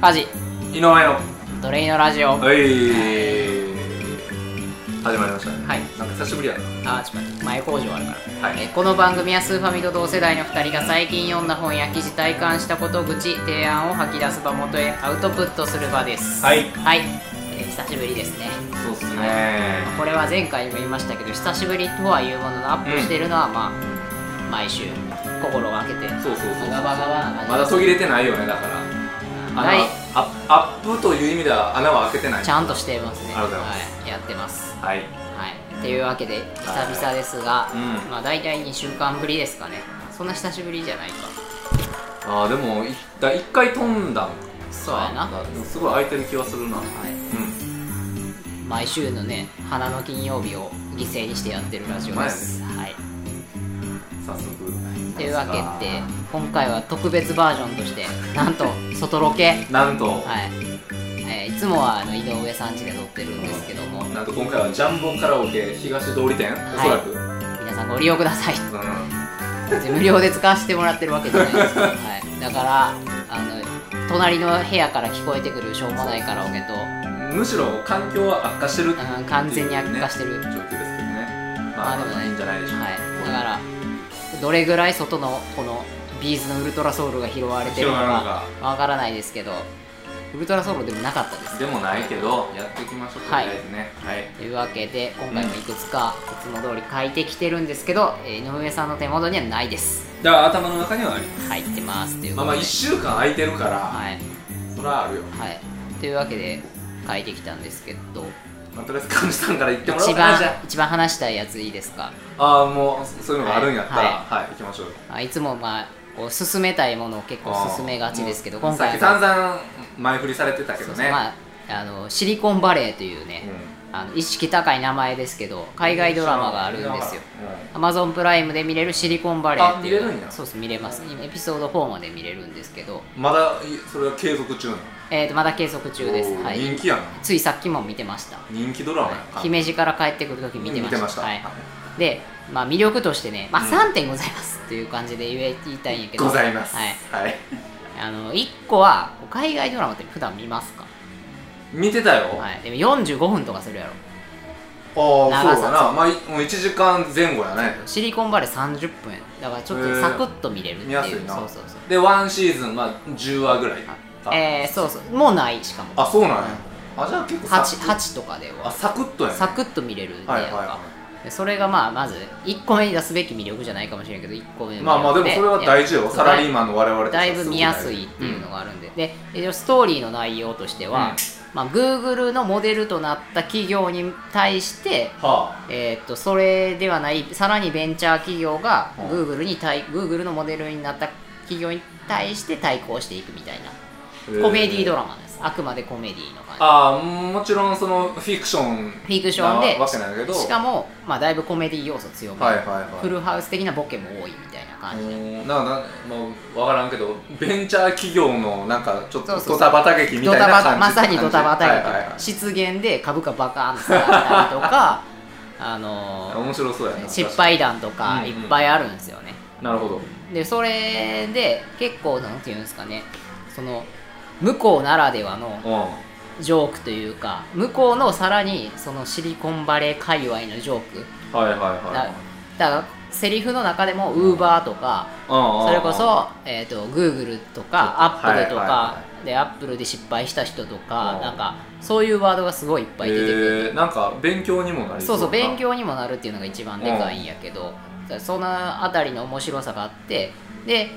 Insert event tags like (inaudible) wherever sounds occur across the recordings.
家事井上のはドレイのラジオはいい始まりましたねなんか久しぶりやなあちょっと待って前工場あるから、はいえこの番組はスーファミと同世代の2人が最近読んだ本や記事体感したこと愚痴提案を吐き出す場元へアウトプットする場ですはいはい、えー久しぶりですねそうっすねこれは前回も言いましたけど久しぶりとはいうもののアップしてるのはまあ、毎週心がけてそうそうそうガバガバな感じまだ途切れてないよねだから穴はいアップアップという意味では穴は開けてないちゃんとしてますねありがとうございますはい、やってますはいはいっていうわけで久々ですが、うんまあ大体2週間ぶりですかねそんな久しぶりじゃないかあーでもいだ一回飛んだんかそうやな、はでもすごい空いてる気はするなうんい、毎週のね花の金曜日を犠牲にしてやってるラジオです、はい、早速というわけで今回は特別バージョンとしてなんと外ロケなんとはい、えーいつもはあの井上さん家で撮ってるんですけどもなんと今回はジャンボカラオケ東通り店いおそらくうん皆さんご利用ください無料で使わせてもらってるわけじゃないですから、はい、だからあの隣の部屋から聞こえてくるしょうもないカラオケと、むしろ環境は悪化してるっていううん、完全に悪化してる、状況ですけどねまあまでもあねいいんじゃないでしょうかはい、だからどれぐらい外のこのビーズのウルトラソウルが拾われてるの広がるかわからないですけどウルトラソウルでもなかったですでもないけどやっていきましょうはいとりあえずねはいというわけで今回もいくつかいつも通り書いてきてるんですけど、えー井上さんの手元にはないですだから頭の中にはあり入ってますっていうまこあとまであ1週間空いてるから、はい、それはあるよはい、というわけで書いてきたんですけどまあとりあえず感じたんから言ってもらお一うかな番じゃ一番話したいやついいですかああーもうそういうのがあるんやったらははい、行きましょうよあいつもまあこう進めたいものを結あ構ー進めがちですけどもう今回はさっき散々前振りされてたけそどうねそうまああのシリコンバレーというね、あの意識高い名前ですけど海外ドラマがあるんですよ、アマゾンプライムで見れるシリコンバレーっていうあ見れるんやそうです見れます今エピソード4まで見れるんですけど、うんまだいそれは継続中なのえー、とまだ継続中です、おーはい、人気やなついさっきも見てました人気ドラマやな姫路から帰ってくる時見てましたはい、で、まあ、魅力としてね、まあ、うん3点ございますっていう感じで言え言いたいんやけどございますはい、はい、あの1個は海外ドラマって普段見ますか、見てたよ、はい、でも45分とかするやろああ長そさうだなまあいもう1時間前後やねシリコンバレー30分やだからちょっへとーサクッと見れるっていう、見やすいなそうそうそうでワンシーズンまあ10話ぐらいあえー、そうそうもうないしかもあそうなんや、あじゃあ結構サク 8, 8とかであはサクッとやねサクッと見れるんで、はいはいやっはぱでそれがまあまず1個目に出すべき魅力じゃないかもしれないけど1個目いの魅力まあまあでもそれは大事いやよそうサラリーマンの我々としてはだいぶ見やすいっていうのがあるんで、で一応ストーリーの内容としては、うんまあ、Google のモデルとなった企業に対して、うんはえーっとそれではないさらにベンチャー企業がうん Google, に対 Google のモデルになった企業に対して対抗していくみたいなあコメディードマラマなんです、あくまでコメディーの感じああもちろんそのフィクションフィクションでなわけなんだけどしかも、まあ、だいぶコメディー要素強め、はいはいはいフルハウス的なボケも多いみたいな感じ、うんなんかなまあ分からんけどベンチャー企業のなんかちょっそうとそうそうドタバタ劇みドたいなタ感バタじまさにドタバタ劇、はいはいはい失言で株価バカーンって下がったりとか (laughs) あのー面白そうやな失敗談とかうんいうんっぱいあるんですよね、なるほどでそれで結構なんていうんですかねその向こうならではのうジョークというか向こうのさらにそのシリコンバレー界隈のジョークんはいはいだはいだからセリフの中でもウーバーとか、そそれこそ、えー、と Google とかはい Apple とか、はいはで Apple で失敗した人とか、うんなんかそういうワードがすごいいっぱい出てくる、えー、なんか勉強にもなりそうそう勉な強にもなるっていうのが一番でかいんやけど、そのあたりの面白さがあってで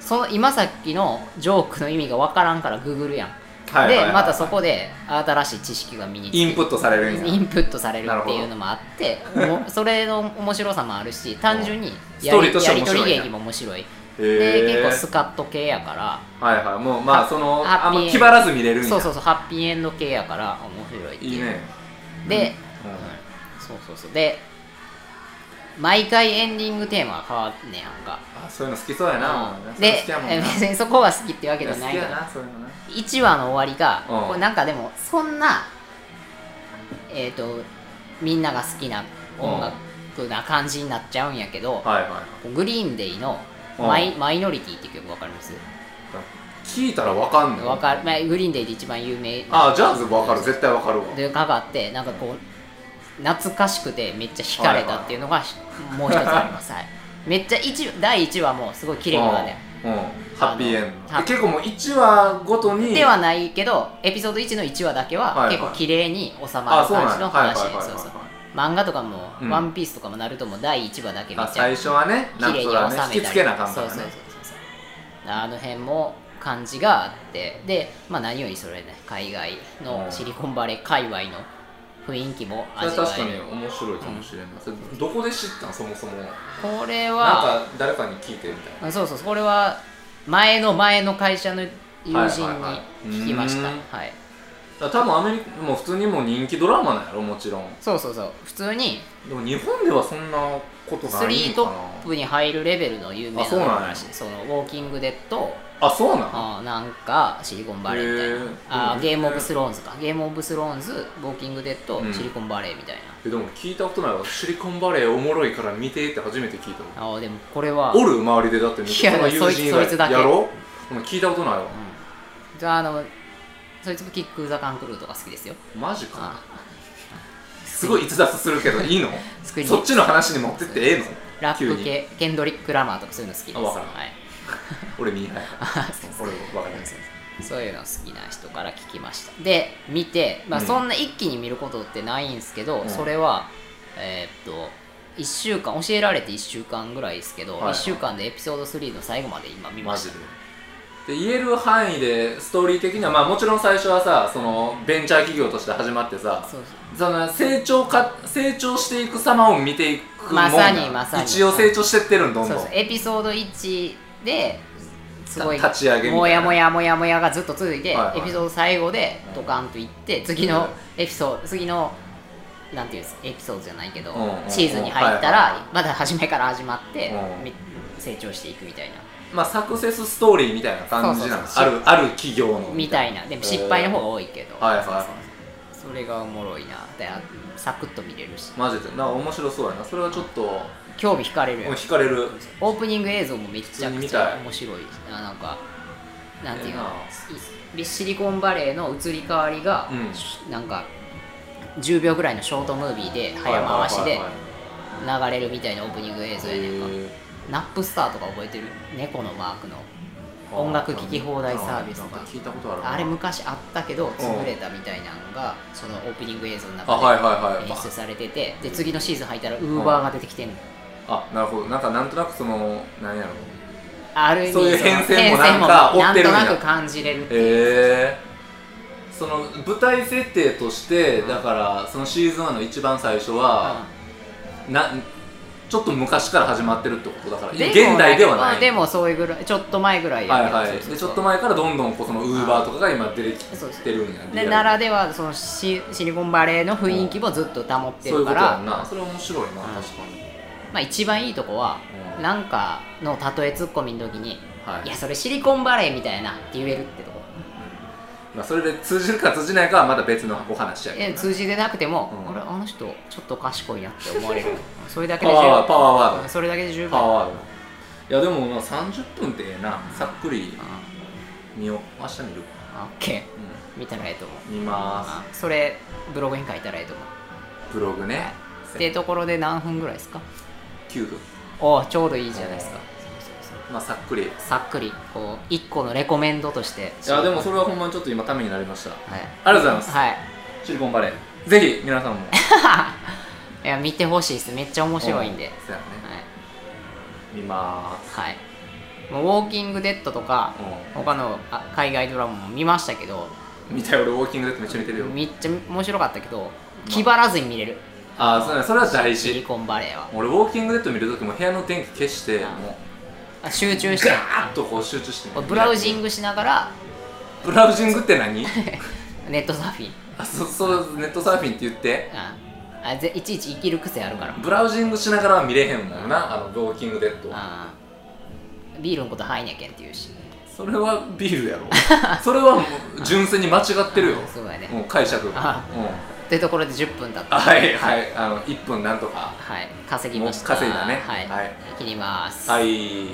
その今さっきのジョークの意味がわからんからググるやん、はいはいはいでまたそこで新しい知識が身につくインプットされるんやインプットされるっていうのもあってもそれの面白さもあるし単純にストーリーとしてやはり面取白いりんや劇も面白いえで結構ースカッと系やからはいはいもうまあそのハッあんピーま気張らず見れるんやそうそうそうハッピーエンド系やから面白いっていういいねで、うんうんそうそうそうで毎回エンディングテーマは変わんねやんかあそういうの好きそうやうな、んそういうので好きやもんなえ (laughs) 別にそこは好きってわけじゃないけいやど好きやなそういうのな1話の終わりが、うんこれなんかでもそんなえっ、とみんなが好きな音楽な感じになっちゃうんやけど、はいはいはいグリーンデイのうんマイ,、マイノリティって曲わかります聞いたらわかんないわかる、まあ、グリーンデイで一番有名あじゃあわかる絶対わかるわというかがあってなんかこう懐かしくてめっちゃ惹かれたっていうのが、もう一つあります、はい、めっちゃ一第1話もすごい綺麗にはねうんうんハッピーエンあのドはえ結構もう1話ごとにではないけどエピソード1の1話だけはいははい結構綺麗に収まあるそう感なじんのや話はいはいはいそうはいそう漫画とかも「うんワンピースとかも「ナルトも第1話だけめっあちゃ最初はね綺なん麗かにそ収れはめたねり引きつけなあかんかそうらそうそうねそうあの辺も感じがあってで、まあ、何よりそれね海外のうんシリコンバレー界隈の雰囲気もそれ味はわ確かえにる面白いかもしれないそれどこで知ったんそもそもなこれんはか誰かに聞いてみたいなあそうそうこれは前の前の会社の友人はいはいに聞きましたうはんいだから多分アメリカもう普通にもう人気ドラマなんやろもちろんそうそうそう普通にでも日本ではそんなことスなリいんーかトなップに入るレベルの有名なあそうなんや話そのウォーキングデッドあそうなんあーなんかシリコンバレーみたいな、へーあうーんゲームオブスローンズかゲームオブスローンズウォーキングデッド、うんシリコンバレーみたいえでも聞いたことないわシリコンバレーおもろいから見てって初めて聞いたもんなあーでもこれはおる周りでだってめっちゃいやそのそ友いつ人以そいつだ外けやろお前聞いたことないわじゃああのそいつもキック・ザ・カンクルーとか好きですよマジかあすごい逸脱するけ (laughs) どいいのスクリーンそっちの話に持ってってええのラップ急に系ケンドリック・ラマーとかそういうの好きですあわからんはい俺見えないから (laughs) あそう俺分かんないですそういうの好きな人から聞きましたで見て、まあ、うんそんな一気に見ることってないんですけど、うんそれはえーっと1週間教えられて1週間ぐらいですけど、はいはい1週間でエピソード3の最後まで今見まマしジたでで言える範囲でストーリー的にはまあもちろん最初はさそのベンチャー企業として始まってさそうそうその成長か成長していく様を見ていくもんなまさにまさに一応成長してってるんどんどそんうそうエピソード1ですごいた立ち上げみたいなもやもやもやもやがずっと続いて、はいはいエピソード最後でうんドカンといって次のエピソード次のなんていうんですエピソードじゃないけど、うんうんうんシーズンに入ったら、はいはいまだ初めから始まって、うんみ成長していくみたいなまあサクセスストーリーみたいな感じなのそうそあうるある企業のみたいなでも失敗の方が多いけど、はいはいはいそうそうそれがおもろいなであサクッと見れるしマジでなんか面白そうやなそれはちょっと興味惹かれるやん惹かれるオープニング映像もめちゃく普通に見ちたゃい面白いななんかなんていうのえいシリコンバレーの移り変わりが、うんしなんか10秒ぐらいのショートムービーで早回しではいはいはい流れるみたいなオープニング映像やねんか、へナップスターとか覚えてる猫のマークのー音楽聴き放題サービスなんとかか聞いたことあるなあれ昔あったけど潰れたみたいなのがそのオープニング映像のあはい中はいはいで演出されててで次のシーズン入ったらウーバーが出てきてんのあなるほどなんかなんとなくそのなんやろある意味そういうその変遷もなんか変遷も追ってるんやなんとなく感じれるっていうえー、その舞台設定としてだからそのシーズン1の一番最初は、なちょっと昔から始まってるってことだからでも現代ではないあでもそういうぐらいちょっと前ぐらいやはけいどはいそうそうそうでちょっと前からどんどんこうそのウーバーとかが今出てきそうそうてるんやリアでルならではそのシシリコンバレーの雰囲気もずっと保ってそうるいうこかとやらんなそれ面白いな、うん確かにまあ、一番いいとこは、うんなんかの例えツッコミの時に、、はいいやそれシリコンバレーみたいなって言えるってとこまあ、それで通じるか通じないかはまだ別のお話やけえど通じでなくても、うんあれあの人ちょっと賢いなって思われ (laughs) るそれだけパで十ワー分パワーワードそれだけで十パ分ワーワードいやでもまあ30分ってええなさっくり見よう明日見るあオッケー見たらええと思ううん見まあそれブログに書いたらええと思うすブログねってところで何分ぐらいですか9分おーちょうどいいじゃないですかまあさっくりいさっくりこう1個のレコメンドとしてやでもそれはほんまにちょっと今ためになりましたはいありがとうございます、はいシリコンバレーぜひ皆さんもいや見てほしいですめっちゃ面白いんで、うそうやねはい見まはいもうウォーキングデッドとかーす、他のあ海外ドラマも見ましたけどうん、見たよ俺ウォーキングデッドめっちゃ見てるよめっちゃ面白かったけど気張らずに見れるああそうねそれは大シリ事コンバレーは俺ウォーキングデッド見るときも部屋の電気消してあもあ集中うしてガーッとこう集中してこうブラウジングしながらブラウジングっ (laughs) て何ネットサーフィンあそそうネットサーフィンって言ってああぜいちいち生きる癖あるからブラウジングしながらは見れへんもんなあのウォーキングデッドあービールのことハイネケンって言うしそれはビールやろそれはもう純粋に間違ってるよそうやねもう解釈があうんというところで10分経ったはいはいあの1分なんとかはい稼ぎましたもう稼いだねはい、はい切りますはい